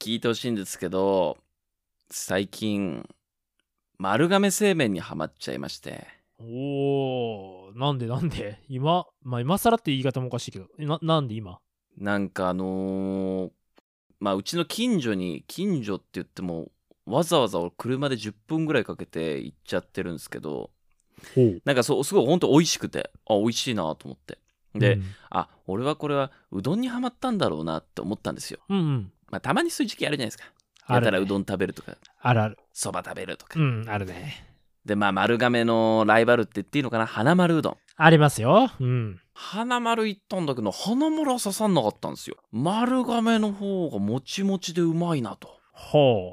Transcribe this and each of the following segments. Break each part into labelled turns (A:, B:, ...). A: 聞いてほしいんですけど、最近、丸亀製麺にはまっちゃいまして。
B: おー、なんでなんで 今、まあ今更って言い方もおかしいけど、な、なんで今
A: なんかあのーまあうちの近所に、近所って言っても、わざわざ俺車で10分ぐらいかけて行っちゃってるんですけど、
B: ほう。
A: なんかそう、すごい本当美味しくて、あ、美味しいなと思って。で、
B: うん、
A: あ、俺はこれはうどんにはまったんだろうなって思ったんですよ。
B: うんうん。
A: まあたまにそういう時期あるじゃないですか。
B: あ
A: や
B: る、
A: たら
B: ね。
A: うどん食べるとか、
B: あるある。
A: そば食べるとか。
B: うん、あるね。
A: で、まあ丸亀のライバルって言っていいのかな、花丸うどん。
B: ありますよ。うん。
A: 花丸行ったんだけど花丸は刺さんなかったんですよ丸亀の方がもちもちでうまいなと
B: ほ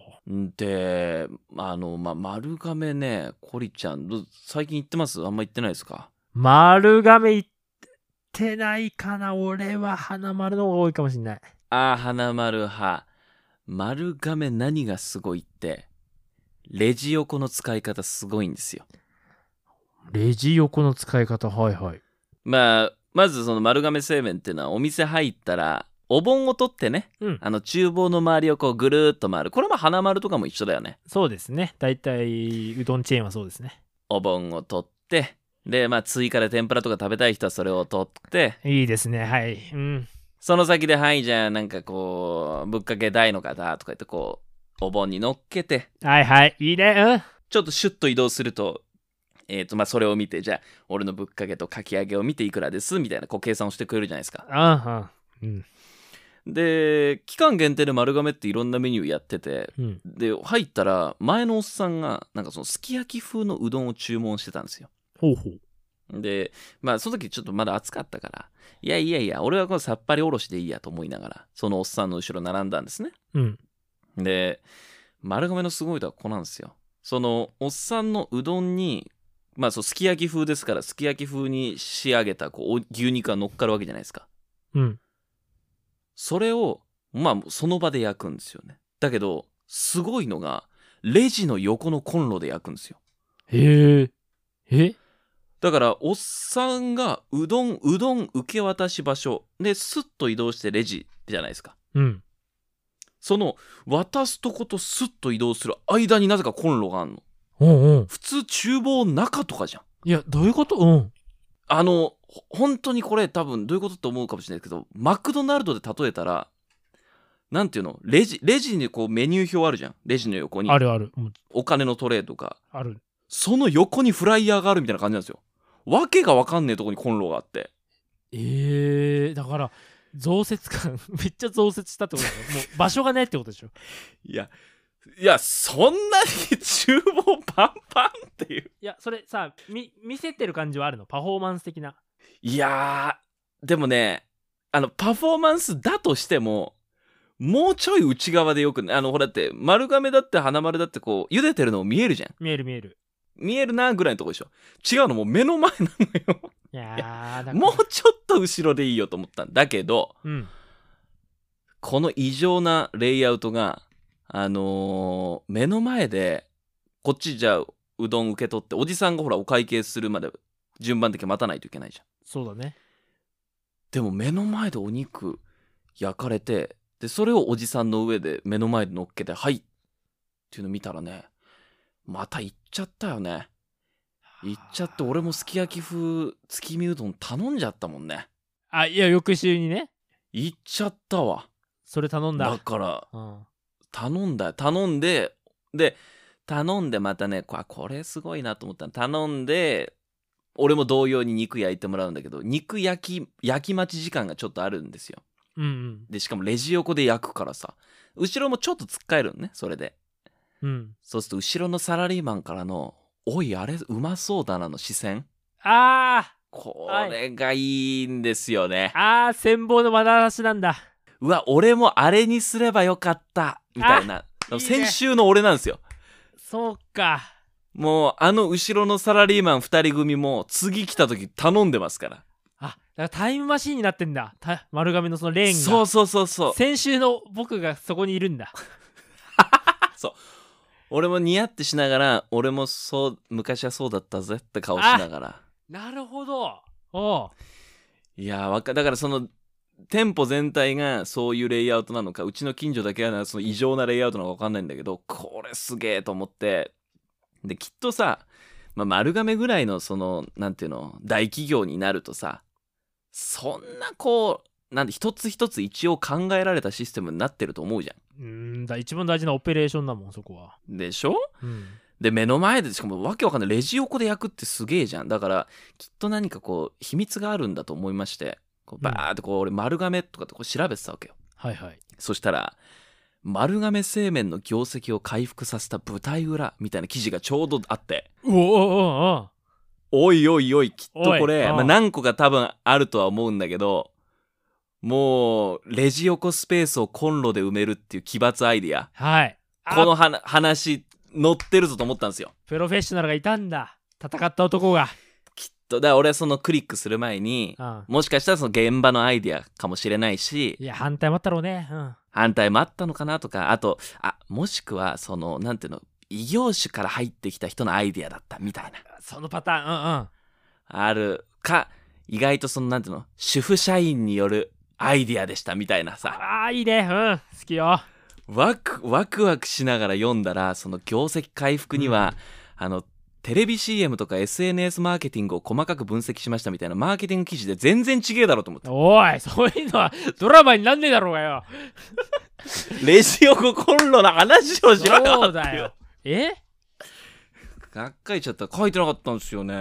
A: であの、ま、丸亀ねコリちゃんど最近行ってますあんま行ってないですか
B: う。丸亀行ってないかな俺は花丸の方が多いかもしんない。
A: あー花丸派丸亀何がすごいってレジ横の使い方すごいんですよ
B: レジ横の使い方、はいはい。
A: まあまずその丸亀製麺っていうのはお店入ったらお盆を取ってね
B: うん。
A: あの厨房の周りをこうぐるーっと回るこれも花丸とかも一緒だよね
B: そうですね。大体、うどんチェーンはそうですね。
A: お盆を取ってでまあ追加で天ぷらとか食べたい人はそれを取って
B: いいですね。はい。うん。
A: その先で「はいじゃあなんかこうぶっかけ大の方」とか言ってこうお盆に乗っけて
B: はいはい。いいね。うん。
A: ちょっとシュッと移動すると。えーとまあ、それを見てじゃあ俺のぶっかけとかき揚げを見ていくらですみたいなこう計算をしてくれるじゃないですか
B: あんうん。
A: で期間限定で丸亀っていろんなメニューやってて
B: うん。
A: で入ったら前のおっさんがなんかそのすき焼き風のうどんを注文してたんですよ
B: ほうほう。
A: で、まあ、その時ちょっとまだ暑かったから、いやいやいや、俺はこのさっぱりおろしでいいやと思いながら、そのおっさんの後ろ並んだんですね。
B: うん。
A: で、丸亀のすごいとはここなんですよ。その、おっさんのうどんに、まあ、そう、すき焼き風ですから、すき焼き風に仕上げた、こう、お牛肉が乗っかるわけじゃないですか。
B: うん。
A: それを、まあ、その場で焼くんですよね。だけど、すごいのが、レジの横のコンロで焼くんですよ。
B: へえ。え
A: だからおっさんがうどんうどん受け渡し場所でスッと移動してレジじゃないですか
B: うん。
A: その渡すとことスッと移動する間になぜかコンロがあんの
B: うんうん。
A: 普通厨房の中とかじゃん
B: いや、どういうことうん。
A: あのほ本当にこれ多分どういうことって思うかもしれないけどマクドナルドで例えたらなんていうのレジレジにこうメニュー表あるじゃんレジの横に
B: あるある。うん
A: お金のトレーとか
B: ある。
A: その横にフライヤーがあるみたいな感じなんですよわけがわかんねえとこにコンロがあって
B: ええ。だから、増設感、 めっちゃ増設したってことだよ。もう場所がないってことでしょ。
A: いや、いや、そんなに厨房パンパンっていう。
B: いや、それさ、み、見せてる感じはあるの。パフォーマンス的な。
A: いやー、でもね、あの、パフォーマンスだとしても、もうちょい内側でよくね、あの、ほらだって、丸亀だって花丸だってこう、茹でてるのも見えるじゃん。
B: 見える見える。
A: 見えるなぐらいのとこでしょ。違うのもう目の前なのよ。
B: いやー、だから
A: もうちょっと後ろでいいよと思ったんだけど、
B: うん。
A: この異常なレイアウトが、あのー目の前で、こっちじゃあうどん受け取って、おじさんがほらお会計するまで順番だけ待たないといけないじゃん。
B: そうだね。
A: でも目の前でお肉焼かれて、で、それをおじさんの上で目の前で乗っけて、はいっていうの見たらね、また行っちゃったよね。行っちゃって、俺もすき焼き風月見うどん頼んじゃったもんね。
B: あ、いや、翌週にね。
A: 行っちゃったわ。
B: それ頼ん
A: だ
B: だ。
A: から、
B: うん。
A: 頼んだ頼んでで頼んでまたねこあこれすごいなと思ったの頼んで俺も同様に肉焼いてもらうんだけど肉焼き焼き待ち時間がちょっとあるんですよ
B: うんうん。
A: でしかもレジ横で焼くからさ後ろもちょっとつっかえるのねそれで
B: うん。
A: そうすると後ろのサラリーマンからの「おいあれうまそうだな」の視線
B: あ
A: これがいいんですよね、
B: ー、あー、戦望のまなざしなんだ。
A: うわ俺もあれにすればよかったみたいない
B: いね
A: 先週の俺なんですよ
B: そうか。
A: もうあの後ろのサラリーマン2人組も次来た時頼んでますから
B: あだからタイムマシーンになってんだた丸亀のそのレーンが
A: そうそうそうそう
B: 先週の僕がそこにいるん だ
A: 俺も似合ってしながら俺もそう昔はそうだったぜって顔しながら
B: なるほどおう
A: いやーわかだからその店舗全体がそういうレイアウトなのかうちの近所だけがその異常なレイアウトなのか分かんないんだけどこれすげえと思ってできっとさ、まあ、丸亀ぐらいのそのなんていうの大企業になるとさそんなこうなんで一つ一つ一応考えられたシステムになってると思うじゃ
B: うーんだ一番大事なオペレーションだもんそこは、
A: ん。でしょ
B: うん、
A: で目の前でしかもわけわかんないレジ横で焼くってすげえじゃんだからきっと何かこう秘密があるんだと思いましてこうバーってこう俺丸亀とかってこう調べてたわけよ
B: はいはい
A: そしたら丸亀製麺の業績を回復させた舞台裏みたいな記事がちょうどあって
B: うおおおお
A: おいおいおいきっとこ
B: おい
A: れ
B: ああ
A: まあ、何個か多分あるとは思うんだけどもうレジ横スペースをコンロで埋めるっていう奇抜アイディア
B: はいあ
A: このはな話乗ってるぞと思ったんですよ
B: プロフェッショナルがいたんだ戦った男が、
A: きっとだから俺はそのクリックする前に
B: うん、
A: もしかしたらその現場のアイディアかもしれないし
B: いや反対もあったろうね、うん、
A: 反対もあったのかなとかあとあもしくはそのなんていうの異業種から入ってきた人のアイディアだったみたいな
B: そのパターンうんうん
A: あるか意外とそのなんていうの主婦社員によるアイディアでしたみたいなさ
B: ああいいねうん好きよ
A: ワクワクワクしながら読んだらその業績回復には、あのテレビ CM とか SNS マーケティングを細かく分析しましたみたいなマーケティング記事で全然違えだろうと思って
B: おいそういうのはドラマになんねえだろうがよ
A: レジ横コンロの話をしなかったよ
B: そうだよえ
A: がっかりしちゃった書いてなかったんですよね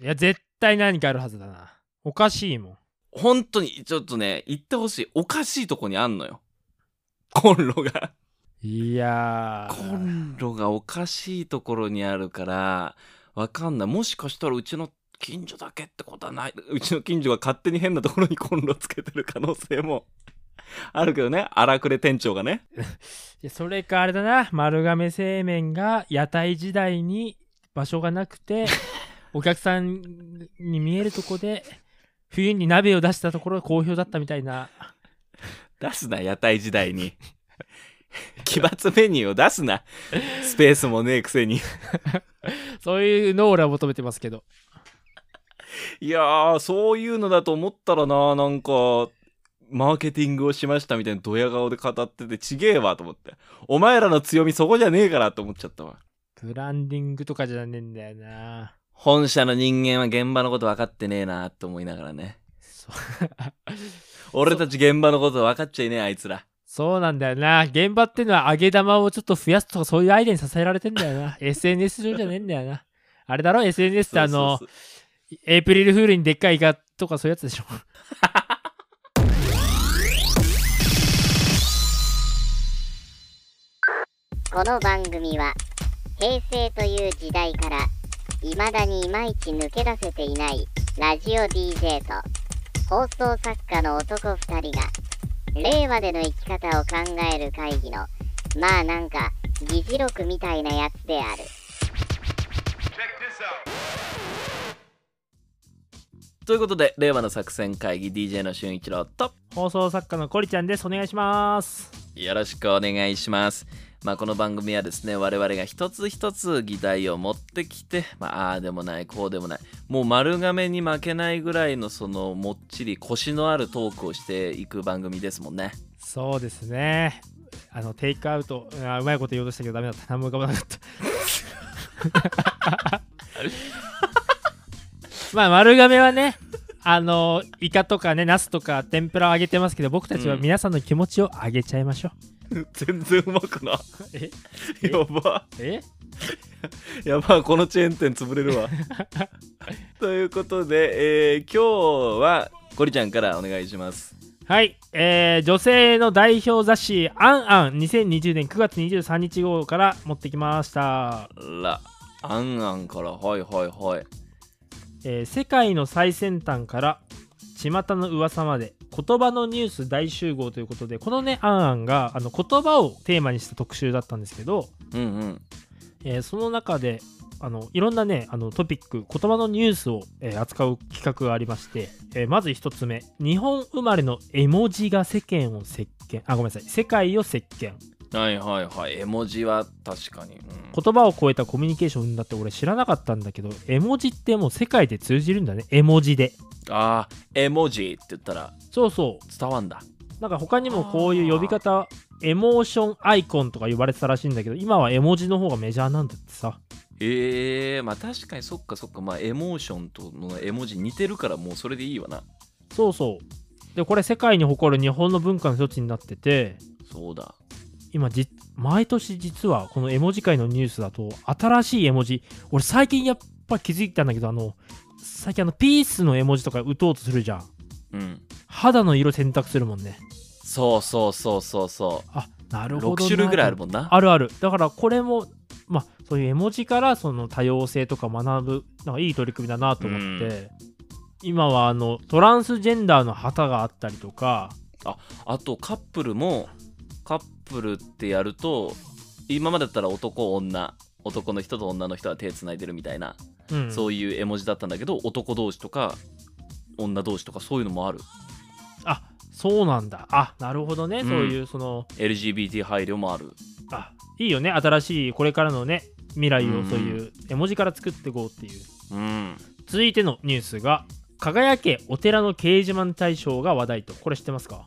B: いや絶対何かあるはずだなおかしいもん
A: 本当にちょっとね言ってほしいおかしいとこにあんのよコンロが
B: いや
A: コ
B: ー
A: ンロがおかしいところにあるからわかんないもしかしたらうちの近所だけってことはないうちの近所が勝手に変なところにコンロつけてる可能性もあるけどね荒くれ店長がね
B: いやそれかあれだな丸亀製麺が屋台時代に場所がな くてお客さんに見えるとこで冬に鍋を出したところが好評だったみたいな
A: 出すな屋台時代 に奇抜メニューを出すなスペースもねえくせに
B: そういうのを俺は求めてますけど
A: いやーそういうのだと思ったらななんかマーケティングをしましたみたいなドヤ顔で語っててちげえわと思ってお前らの強みそこじゃねえからと思っちゃったわ
B: ブランディングとかじゃねえんだよな
A: 本社の人間は現場のこと分かってねえなって思いながらね
B: そ
A: 俺たち現場のこと分かっちゃいねえあいつら
B: そうなんだよな現場ってのは揚げ玉をちょっと増やすとかそういうアイデアに支えられてんだよな SNS 上じゃねえんだよなあれだろ SNS ってあの
A: そうそうそ
B: エイプリルフールにでっかいイカとかそういうやつでしょ
C: この番組は平成という時代から未だにいまいち抜け出せていないラジオ DJ と放送作家の男2人が令和での生き方を考える会議のまあなんか議事録みたいなやつである。
A: うということで令和の作戦会議 DJ の俊一郎と
B: 放送作家のコリちゃんですお願いします
A: よろしくお願いします。まあ、この番組はですね、我々が一つ一つ議題を持ってきて、まあ、ああでもない、こうでもない、もう丸亀に負けないぐらいの、その、もっちり、腰のあるトークをしていく番組ですもんね。
B: そうですねあのテイクアウトあうまいこと言おうとしたけどダメだった何も浮かばなかった まあ丸亀はねあのイカとかねナスとか天ぷらを揚げてますけど僕たちは
A: うん
B: 皆さんの気持ちを上げちゃいましょ
A: 全然うまくな。
B: う、ええ
A: やば。
B: え
A: やばい、このチェーン店潰れる わ。ということで、えー今日は、ゴリちゃんからお願いします。
B: はい、えー女性の代表雑誌「アンアン2020年9月23日号から持ってきました、
A: ら、あんあんから、はいはいはい。
B: えー世界の最先端から巷の噂まで言葉のニュース大集合ということでこのね「アンアンがあの言葉をテーマにした特集だったんですけど、
A: うんうん。
B: えーその中であのいろんなねあのトピック言葉のニュースを、えー扱う企画がありまして、えーまず1つ目日本生まれの絵文字が世間を席巻あごめんなさい世界を席巻
A: はいはいはい絵文字は確かに、うん
B: 言葉を超えたコミュニケーションだって俺知らなかったんだけど絵文字ってもう世界で通じるんだね絵文字で
A: あー絵文字って言ったら
B: そうそ
A: 伝わんだ
B: うなんか他にもこういう呼び方エモーションアイコンとか呼ばれてたらしいんだけど今は絵文字の方がメジャーなんだってさ
A: えー、まあ確かにそっかそっかまあエモーションとの絵文字似てるからもうそれでいいわな
B: そうそうでこれ世界に誇る日本の文化の一つになってて
A: そうだ
B: 今じ毎年実はこの絵文字界のニュースだと新しい絵文字俺最近やっぱ気づいたんだけどあの最近あのピースの絵文字とか打とうとするじゃん
A: うん
B: 肌の色選択するもんね
A: そうそうそうそうそ
B: あな
A: う
B: るほど
A: 6種類ぐらいある
B: もん
A: もんな
B: あるあるだからこれもまあそういう絵文字からその多様性とか学ぶなんかいい取り組みだなと思って、今はあのトランスジェンダーの旗があったりとか
A: あとカップルもカップルってやると今までだったら男女男の人と女の人は手つないでるみたいな、
B: うん
A: そういう絵文字だったんだけど男同士とか女同士とかそういうのもある
B: あそうなんだあなるほどね、
A: うん
B: そういうその
A: LGBT 配慮もある
B: あいいよね新しいこれからのね未来
A: う
B: を
A: ん
B: そういう絵文字から作っていこうっていう
A: うん
B: 続いてのニュースが輝けお寺の掲示板大賞が話題とこれ知ってますか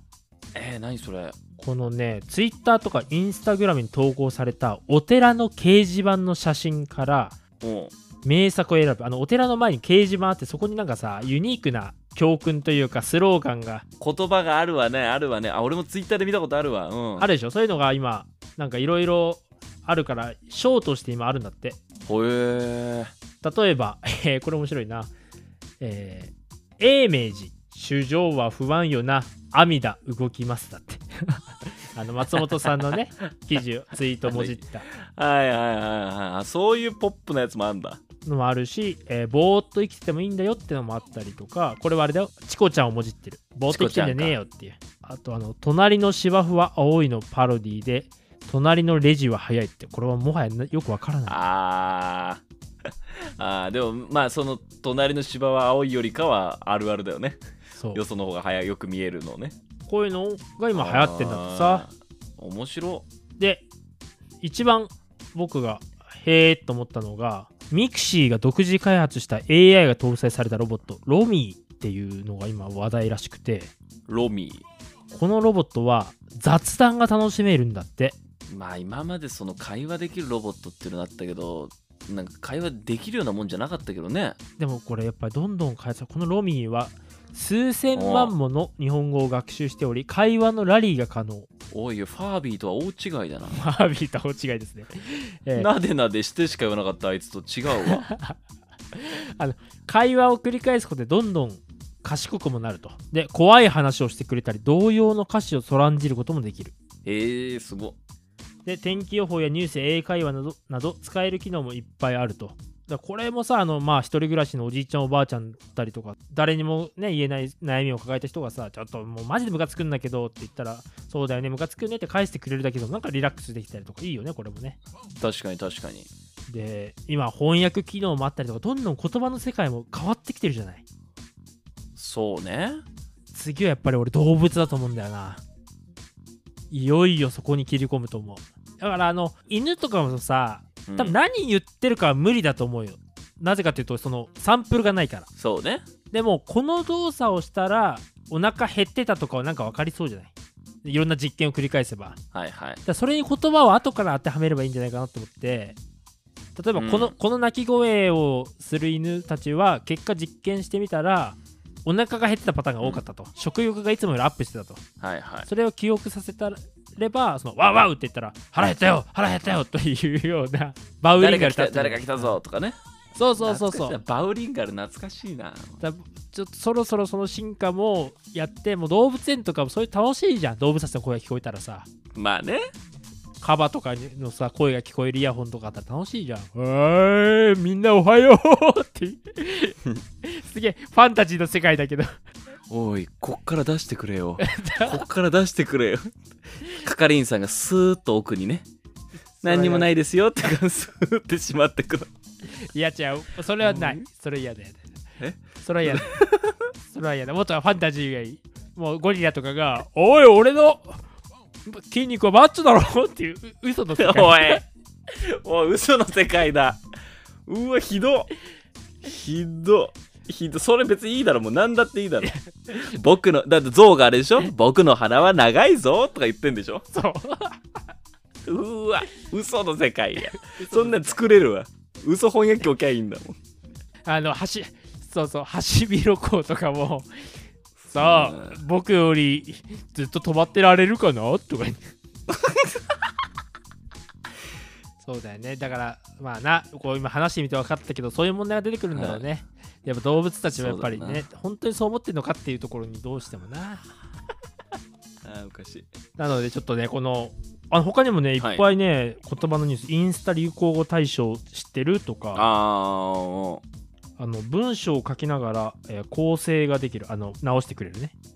A: えー、何それ
B: このねツイッターとかインスタグラムに投稿されたお寺の掲示板の写真から
A: おう
B: 名作を選ぶあのお寺の前に掲示板あってそこになんかさユニークな教訓というかスローガンが
A: 言葉があるわねあるわねあ俺もツイッターで見たことあるわうん
B: あるでしょそういうのが今なんかいろいろあるから賞として今あるんだって
A: ほえー、
B: 例えば、 えーこれ面白いな、えー、英明寺主情は不安よな涙動きますだって あの松本さんのね記事をツイートもじった
A: はいはいはいはいあそういうポップなやつもあるんだ
B: のもあるし、えーぼーっと生きててもいいんだよってのもあったりとかこれはあれだよチコちゃんをもじってるぼーっと生きてんじゃねえよっていうあとあの「隣の芝生は青い」のパロディで「隣のレジは早い」ってこれはもはやなよくわからない
A: あーあー でもまあその隣の芝は青いよりかはあるあるだよね
B: そう
A: よその方が早いよく見えるのね
B: こういうのが今流行ってんだってさ
A: あー面白
B: で一番僕がへえと思ったのがミクシーが独自開発した AI が搭載されたロボットロミーっていうのが今話題らしくて
A: ロミ
B: このロボットは雑談が楽しめるんだって
A: ーまあ今までその会話できるロボットっていうのあったけどなんか会話できるようなもんじゃなかったけどね
B: でもこれやっぱりどんどん開発このロミーは数千万もの日本語を学習しており会話のラリーが可能
A: おいよファービーとは大違いだな
B: マービーとは大違いですね、えー
A: なでなでしてしか言わなかったあいつと違う わ
B: 会話を繰り返すことでどんどん賢くもなるとで怖い話をしてくれたり同様の歌詞をそらんじることもできる
A: えー、すごっ
B: で天気予報やニュース英会話などなど使える機能もいっぱいあるとだこれもさあのまあ一人暮らしのおじいちゃんおばあちゃんだったりとか誰にもね言えない悩みを抱えた人がさちょっともうマジでムカつくんだけどって言ったらそうだよねムカつくねって返してくれるだけでもなんかリラックスできたりとかいいよねこれもね
A: 確かに確かに
B: で今翻訳機能もあったりとかどんどん言葉の世界も変わってきてるじゃない
A: そうね
B: 次はやっぱり俺動物だと思うんだよないよいよそこに切り込むと思うだからあの犬とかもさ
A: うん
B: 多分何言ってるかは無理だと思うよなぜかというとそのサンプルがないから
A: そうね
B: でもこの動作をしたらお腹減ってたとかはなんか分かりそうじゃないでいろんな実験を繰り返せばだか
A: はいはい
B: らそれに言葉を後から当てはめればいいんじゃないかなと思って例えばこの,、
A: うん
B: この鳴き声をする犬たちは結果実験してみたらお腹が減ってたパターンが多かったと、食欲がいつもよりアップしてたと
A: はいはい
B: それを記憶させたればそのワウワウって言ったら腹減ったよ腹減ったよというようなバウリ
A: 誰
B: ンガ
A: が
B: ル
A: 来た誰が来たぞとかね
B: そうそうそうそ
A: 懐かしい
B: う
A: なバウリンガル懐かしいな
B: だちょっとそろそろその進化もやってもう動物園とかもそういう楽しいじゃん動物たちの声が聞こえたらさ
A: まあね
B: カバとかのさ声が聞こえるイヤホンとかあったら楽しいじゃん「はーいみんなおはよう」ってすげえファンタジーの世界だけど
A: おいこっから出してくれ よこっから出してく れよ係員さんがスーッと奥にね何にもないいですよって感じスーってしまってくる
B: いや違うそれはないそれ嫌だやだ
A: え
B: それは 嫌だそれは嫌だもっとファンタジーがいいもうゴリラとかが「おい俺の筋肉はマッチョだろっていうう嘘の世 界
A: おいおい嘘の世界だうわひどっひどっひどっそれ別にいいだろもう何だっていいだろ僕のだって象があれでしょ僕の鼻は長いぞとか言ってんでしょ
B: そう
A: うわ嘘の世界やそんなん作れるわ嘘翻訳機置きゃいいんだもん
B: あの橋そうそう橋ビロコとかもさあ僕よりずっと止まってられるかなと か言ってそうだよねだからまあなこう今話してみて分かったけどそういう問題が出てくるんだろうね、やっぱ動物たちはやっぱり
A: そうだ
B: ね本当にそう思ってるのかっていうところにどうしてもな
A: あーおかしい
B: なのでちょっとねこのあの他にもねいっ
A: はい
B: ぱいね、言葉のニュースインスタ流行語大賞知ってるとか
A: あー
B: あの文章を書きながら、えー構成ができるあの直してくれるね
A: うん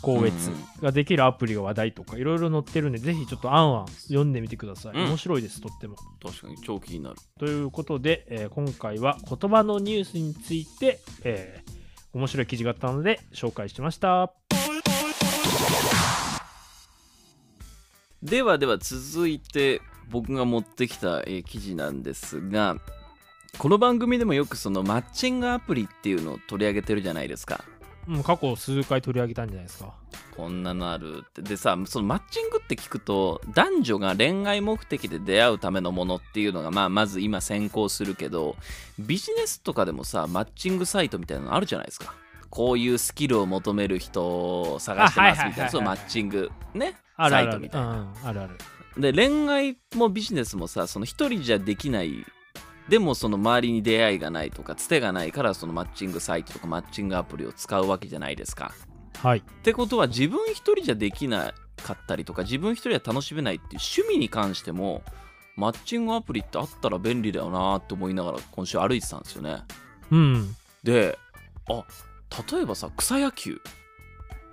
B: 校閲ができるアプリが話題とかいろいろ載ってるんでぜひちょっとあんあん読んでみてください、
A: うん
B: 面白いですとっても
A: 確かに超気になる
B: ということで、えー今回は言葉のニュースについて、えー面白い記事があったので紹介しました
A: ではでは続いて僕が持ってきた、えー記事なんですがこの番組でもよくそのマッチングアプリっていうのを取り上げてるじゃないですか
B: もう過去数回取り上げたんじゃないですか
A: こんなのあるってでさそのマッチングって聞くと男女が恋愛目的で出会うためのものっていうのが、まあ、まず今先行するけどビジネスとかでもさマッチングサイトみたいなのあるじゃないですかこういうスキルを求める人を探してますみたい
B: あはいはいはいは
A: ないそうマッチングね
B: ある
A: サ
B: あ
A: イ
B: るあ
A: ト
B: る
A: みたいな
B: うんあるある
A: で恋愛もビジネスもさその一人じゃできないでもその周りに出会いがないとかつてがないからそのマッチングサイトとかマッチングアプリを使うわけじゃないですか
B: はい
A: ってことは自分一人じゃできなかったりとか自分一人は楽しめないっていう趣味に関してもマッチングアプリってあったら便利だよなと思いながら今週歩いてたんですよね
B: うん
A: であ例えばさ草野球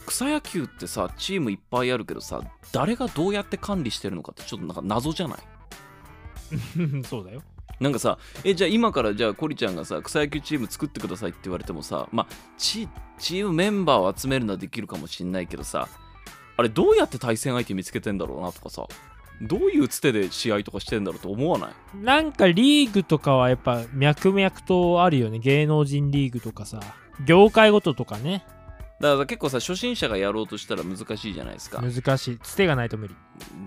A: 草野球ってさチームいっぱいあるけどさ誰がどうやって管理してるのかってちょっとなんか謎じゃない
B: そうだよ
A: なんかさえじゃあ今からじゃあコリちゃんがさ草野球チーム作ってくださいって言われてもさまあチチームメンバーを集めるのはできるかもしんないけどさあれどうやって対戦相手見つけてんだろうなとかさどういうつてで試合とかしてんだろうと思わない
B: なんかリーグとかはやっぱ脈々とあるよね芸能人リーグとかさ業界ごととかね
A: だから結構さ初心者がやろうとしたら難しいじゃないですか
B: 難しいつてがないと無理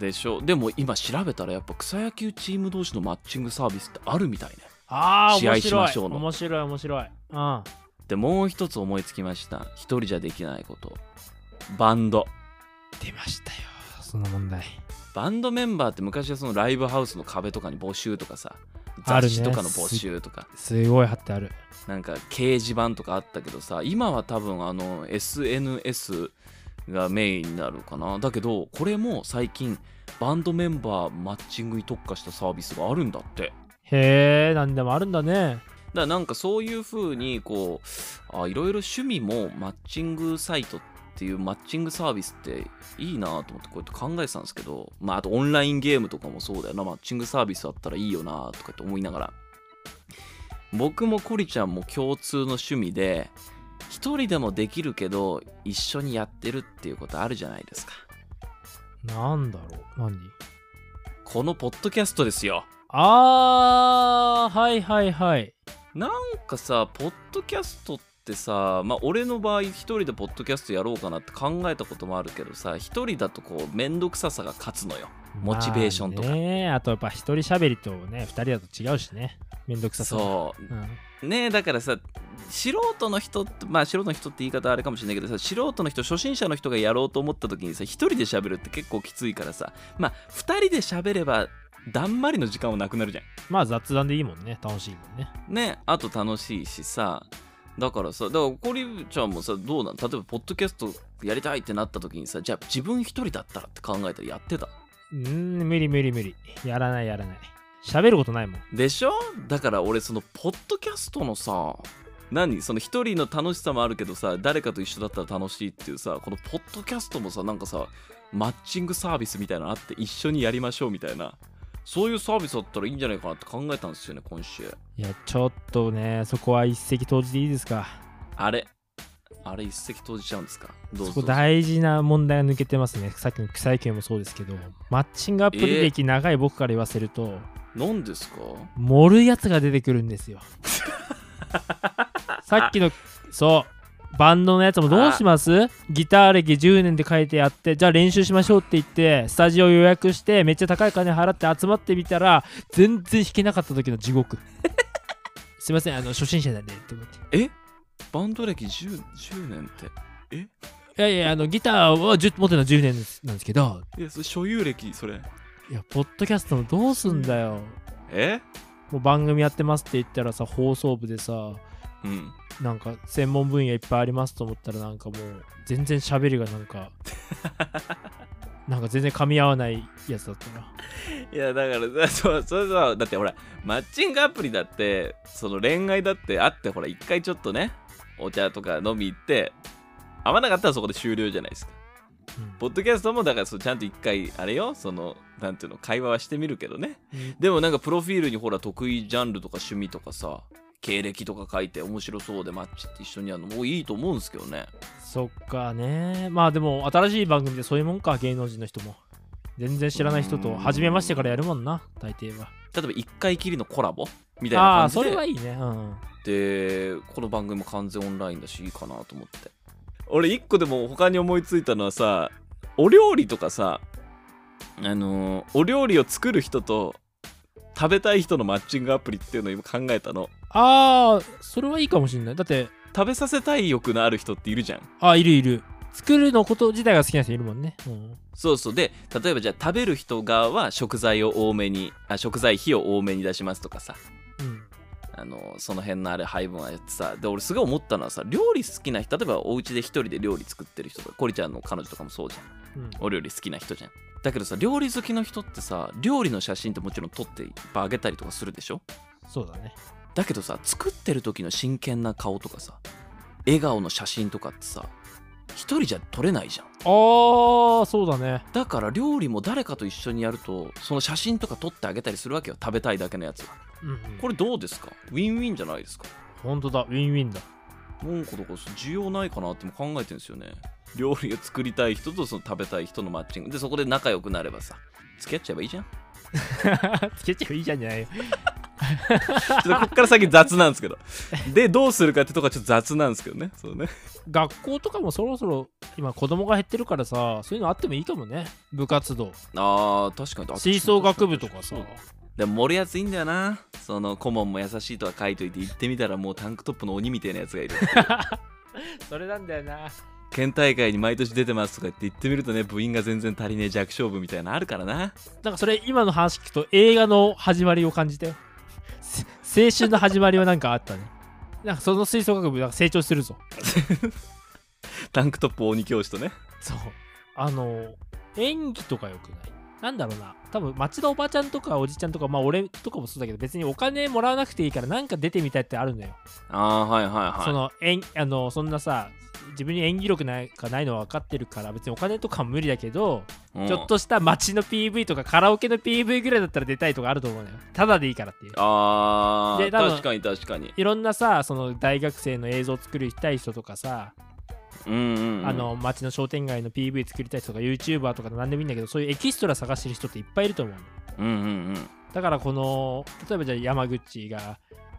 A: でしょでも今調べたらやっぱ草野球チーム同士のマッチングサービスってあるみたいね
B: ああ
A: 試合
B: 面
A: し
B: 白
A: ま
B: い
A: しょうの
B: 面白い面白いうん
A: でもう一つ思いつきました一人じゃできないことバンド
B: 出ましたよその問題
A: バンドメンバーって昔はそのライブハウスの壁とかに募集とかさ
B: あ
A: 雑
B: るね
A: 誌とかの募集とか、
B: すごい貼ってある
A: なんか掲示板とかあったけどさ今は多分あの SNS がメインになるかなだけどこれも最近バンドメンバーマッチングに特化したサービスがあるんだって
B: へえ何でもあるんだね
A: だからなんかそういう風にこうあいろいろ趣味もマッチングサイトっていうマッチングサービスっていいなと思ってこうやって考えてたんですけどまああとオンラインゲームとかもそうだよなマッチングサービスあったらいいよなとかって思いながら僕もコリちゃんも共通の趣味で一人でもできるけど一緒にやってるっていうことあるじゃないですか
B: なんだろう何
A: このポッドキャストですよ
B: あーはいはいはい
A: なんかさポッドキャストってさまあ俺の場合一人でポッドキャストやろうかなって考えたこともあるけどさ一人だとこう面倒くささが勝つのよモチベーションとか
B: まあねあとやっぱ一人喋りとね二人だと違うしねめんどくさう
A: そ
B: うん
A: うねえだからさ素人の人ってまあ素人の人って言い方あれかもしれないけどさ素人の人初心者の人がやろうと思った時にさ一人で喋るって結構きついからさまあ二人で喋ればだんまりの時間はなくなるじゃん
B: まあ雑談でいいもんね楽しいもんね
A: ねあと楽しいしさだからさだからコリちゃんもさどうなん例えばポッドキャストやりたいってなった時にさじゃあ自分一人だったらって考えたらやってた
B: うーん無理無理無理やらないやらない喋ることないもん
A: でしょだから俺そのポッドキャストのさ何その一人の楽しさもあるけどさ誰かと一緒だったら楽しいっていうさこのポッドキャストもさなんかさマッチングサービスみたいなのあって一緒にやりましょうみたいなそういうサービスだったらいいんじゃないかなって考えたんですよね今週
B: いやちょっとねそこは一石投じていいですか
A: あれあれ一石投じちゃうんですかどうぞ
B: そこ大事な問題が抜けてますねさっきの草野球もそうですけどマッチングアプリ歴長い僕から言わせると、
A: 何ですか
B: 盛るやつが出てくるんです よさっきのそうバンドのやつもどうしますギター歴10年で書いてやってじゃあ練習しましょうって言ってスタジオ予約してめっちゃ高い金払って集まってみたら全然弾けなかった時の地 獄すいませんあの初心者だねって思って
A: えバンド歴 10, 10年って
B: いやいやあのギターは10持ってるのは10年ですなんですけど
A: いやそれ所有歴それ
B: いやポッドキャストもどうすんだよ
A: え
B: もう番組やってますって言ったらさ放送部でさ
A: うん
B: なんか専門分野いっぱいありますと思ったらなんかもう全然喋りがな んかなんか全然噛み合わないやつだったない
A: やだからさ そうそうそうだってほらマッチングアプリだってその恋愛だってあってほら一回ちょっとねお茶とか飲み行って合わなかったらそこで終了じゃないですかポッドキャストもだからそうちゃんと一回あれよそのなんていうの会話はしてみるけどね
B: うん
A: でもなんかプロフィールにほら得意ジャンルとか趣味とかさ経歴とか書いて面白そうでマッチって一緒にやるのもういいと思うんですけどね
B: そっかねまあでも新しい番組でそういうもんか芸能人の人も全然知らない人
A: うー
B: と
A: ん
B: 初めましてからやるもんな大抵は
A: 例えば一回きりのコラボみたい
B: ああ
A: な
B: ーそ
A: 感じ
B: れ
A: で
B: はいいねうん
A: でこの番組も完全オンラインだしいいかなと思って俺一個でも他に思いついたのはさお料理とかさあのーお料理を作る人と食べたい人のマッチングアプリっていうのを今考えたの
B: ああそれはいいかもしれないだって
A: 食べさせたい欲のある人っているじゃん
B: あいるいる作るのこと自体が好きな人いるもんね、うん、
A: そうそうで例えばじゃあ食べる人側は食材を多めにあ食材費を多めに出しますとかさ
B: うん
A: あのその辺のあれ配分はやってさで俺すごい思ったのはさ料理好きな人例えばお家で一人で料理作ってる人とかコリちゃんの彼女とかもそうじゃん
B: うん
A: お料理好きな人じゃんだけどさ料理好きの人ってさ料理の写真ってもちろん撮っていっぱいあげたりとかするでしょ
B: そうだね
A: だけどさ作ってる時の真剣な顔とかさ笑顔の写真とかってさ一人じゃ撮れないじゃん
B: ああそうだね
A: だから料理も誰かと一緒にやるとその写真とか撮ってあげたりするわけよ食べたいだけのやつは
B: うんうん、
A: これどうですかウィンウィンじゃないですか
B: 本当だウィンウィンだ
A: なんかだから需要ないかなっても考えてるんですよね料理を作りたい人とその食べたい人のマッチングでそこで仲良くなればさ付き合っちゃえばいいじ ゃん
B: つけちゃえばいいじゃんじゃないよ
A: ちょっとこっから先雑なんですけど。で、どうするかってとこはちょっと雑なんですけどね。そうね。
B: 学校とかもそろそろ今子供が減ってるからさそういうのあってもいいかもね部活動
A: ああ、確かに。私も
B: 吹奏楽部とかさ
A: そうでも森やついいんだよな。その顧問も優しいとは書いといて行ってみたらもうタンクトップの鬼みたいなやつ がいる。
B: それなんだよな
A: 県大会に毎年出てますとか言って行ってみるとね、部員が全然足りねえ弱小部みたいなのあるからな。
B: なんかそれ今の話聞くと映画の始まりを感じたよせ青春の始まりはなんかあったねなんかその吹奏楽部なんか成長するぞ
A: タンクトップ鬼教師とね。
B: そうあの演技とかよくないなんだろうな多分町のおばちゃんとかおじちゃんとかまあ俺とかもそうだけど別にお金もらわなくていいからなんか出てみたいってあるのよ
A: ああ、はいはいはい。
B: その演あのそんなさ自分に演技力なんかないのは分かってるから別にお金とかも無理だけど、
A: うん
B: ちょっ。とした街の PV とかカラオケの PV ぐらいだったら出たいとかあると思うのよただでいいからっていう
A: ああ、
B: で多分
A: 確かに確かに。
B: いろんなさその大学生の映像作りたい人とかさ、
A: うんうん、うん。
B: あ、の街の商店街の PV 作りたい人とか YouTuber とか何でもいいんだけどそういうエキストラ探してる人っていっぱいいると思うの
A: うんうんうん。
B: だからこの例えばじゃあ山口が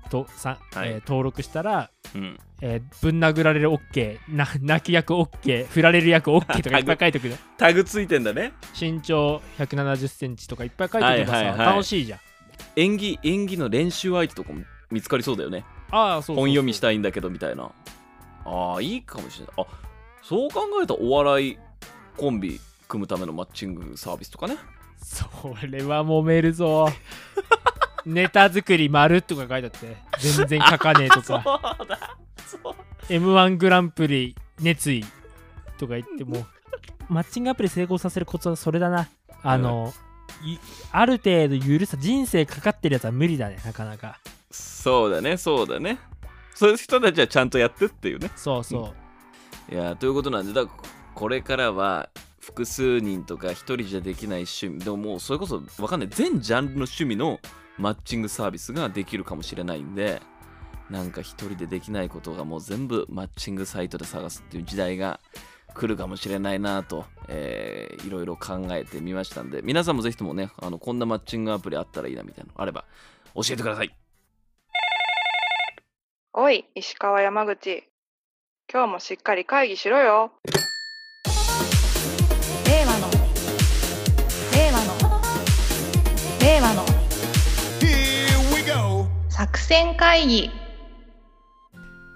B: とさ、
A: はい
B: えー登録したら
A: うん、
B: えーぶん殴られる OK な泣き役 OK 振られる役 OK とかいっぱい書いてくる
A: タグついてんだね。
B: 身長1 7 0ンチとかいっぱい書いてくればさ、
A: はいはいはい
B: 楽しいじゃん
A: 演技、演技の練習相手とかも見つかりそうだよね。
B: ああそうそうそう
A: 本読みしたいんだけどみたいなああいいかもしれないあそう考えたらお笑いコンビ組むためのマッチングサービスとかね
B: それは揉めるぞ ネタ作り丸とか書いてあって全然書かねえ とか
A: うだそう
B: m 1グランプリ熱意とか言ってもマッチングアプリ成功させるコツはそれだなあの、いある程度許さ人生かかってるやつは無理だねなかなか
A: そうだねそうだねそういう人たちはちゃんとやってっていうね
B: そうそう、
A: いやーということなんでだからこれからは複数人とか一人じゃできない趣味でももうそれこそわかんない全ジャンルの趣味のマッチングサービスができるかもしれないんでなんか一人でできないことがもう全部マッチングサイトで探すっていう時代が来るかもしれないなと、えーいろいろ考えてみましたんで皆さんもぜひともねあのこんなマッチングアプリあったらいいなみたいなのあれば教えてください
D: おい、石川山口。今日もしっかり会議しろよ。
E: 令和の令和の令和の
F: Here we go.
E: 作戦会議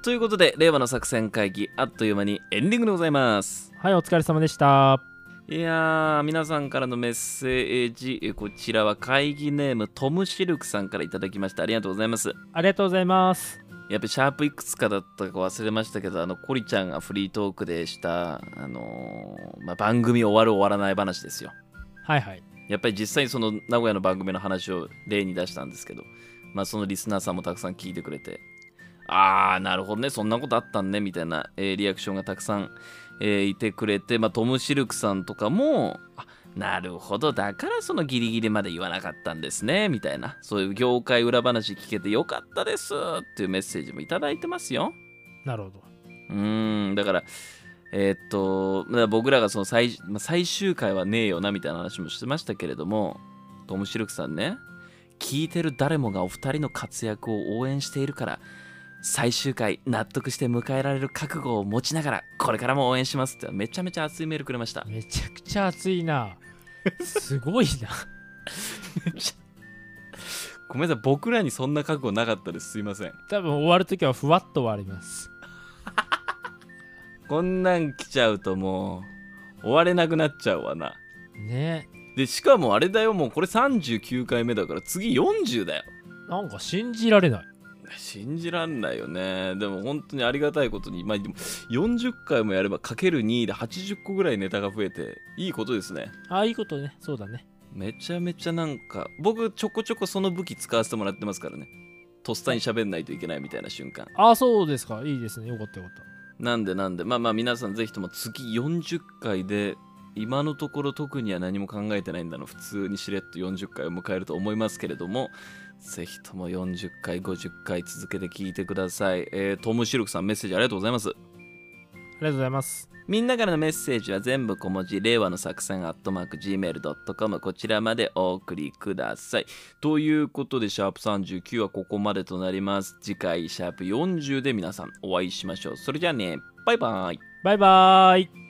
A: ということで令和の作戦会議あっという間にエンディングでございます
B: はい、お疲れ様でした。
A: いやー皆さんからのメッセージえこちらは会議ネームトムシルクさんからいただきましたありがとうございます
B: ありがとうございます。
A: やっぱシャープいくつかだったか忘れましたけどあのコリちゃんがフリートークでしたあのーまあ、番組終わる終わらない話ですよ
B: はいはい。
A: やっぱり実際にその名古屋の番組の話を例に出したんですけど、まあ、そのリスナーさんもたくさん聞いてくれて、あー、なるほどね、そんなことあったんね、みたいな、えーリアクションがたくさん、えーいてくれて、まあ、トム・シルクさんとかも、あなるほど、だからそのギリギリまで言わなかったんですね、みたいな、そういう業界裏話聞けてよかったですっていうメッセージもいただいてますよ。
B: なるほど。
A: うーんだからえーっとまあ僕らがその最,、まあ最終回はねえよなみたいな話もしてましたけれどもトム・シルクさんね聞いてる誰もがお二人の活躍を応援しているから最終回納得して迎えられる覚悟を持ちながらこれからも応援しますってめちゃめちゃ熱いメールくれました
B: めちゃくちゃ暑い な。すごいな。
A: ごめんなさい僕らにそんな覚悟なかったですすいません
B: 多分終わるときはふわっと終わります。
A: こんなん来ちゃうともう終われなくなっちゃうわな
B: ね
A: でしかもあれだよもうこれ39回目だから次40だよ
B: なんか信じられない。
A: 信じらんないよねでも本当にありがたいことに、まあ、でも40回もやればかける2で80個ぐらいネタが増えていいことですね
B: ああ、いいことね。そうだね。
A: めちゃめちゃなんか僕ちょこちょこその武器使わせてもらってますからねとっさに喋んないといけないみたいな瞬間
B: ああ、そうですか。いいですね。よかったよかっ
A: なんでなんでまあまあ皆さんぜひとも次40回で今のところ特には何も考えてないんだの普通にしれっと40回を迎えると思いますけれどもぜひとも40回50回続けて聞いてください、えートムシルクさんメッセージありがとうございます
B: た。ありがとうございます。
A: みんなからのメッセージは全部小文字、令和の作戦、アットマーク、gmail.com、こちらまでお送りください。ということで、シャープ39はここまでとなります。次回、シャープ40で皆さんお会いしましょう。それじゃあね、バイバイ。
B: バイバーイ。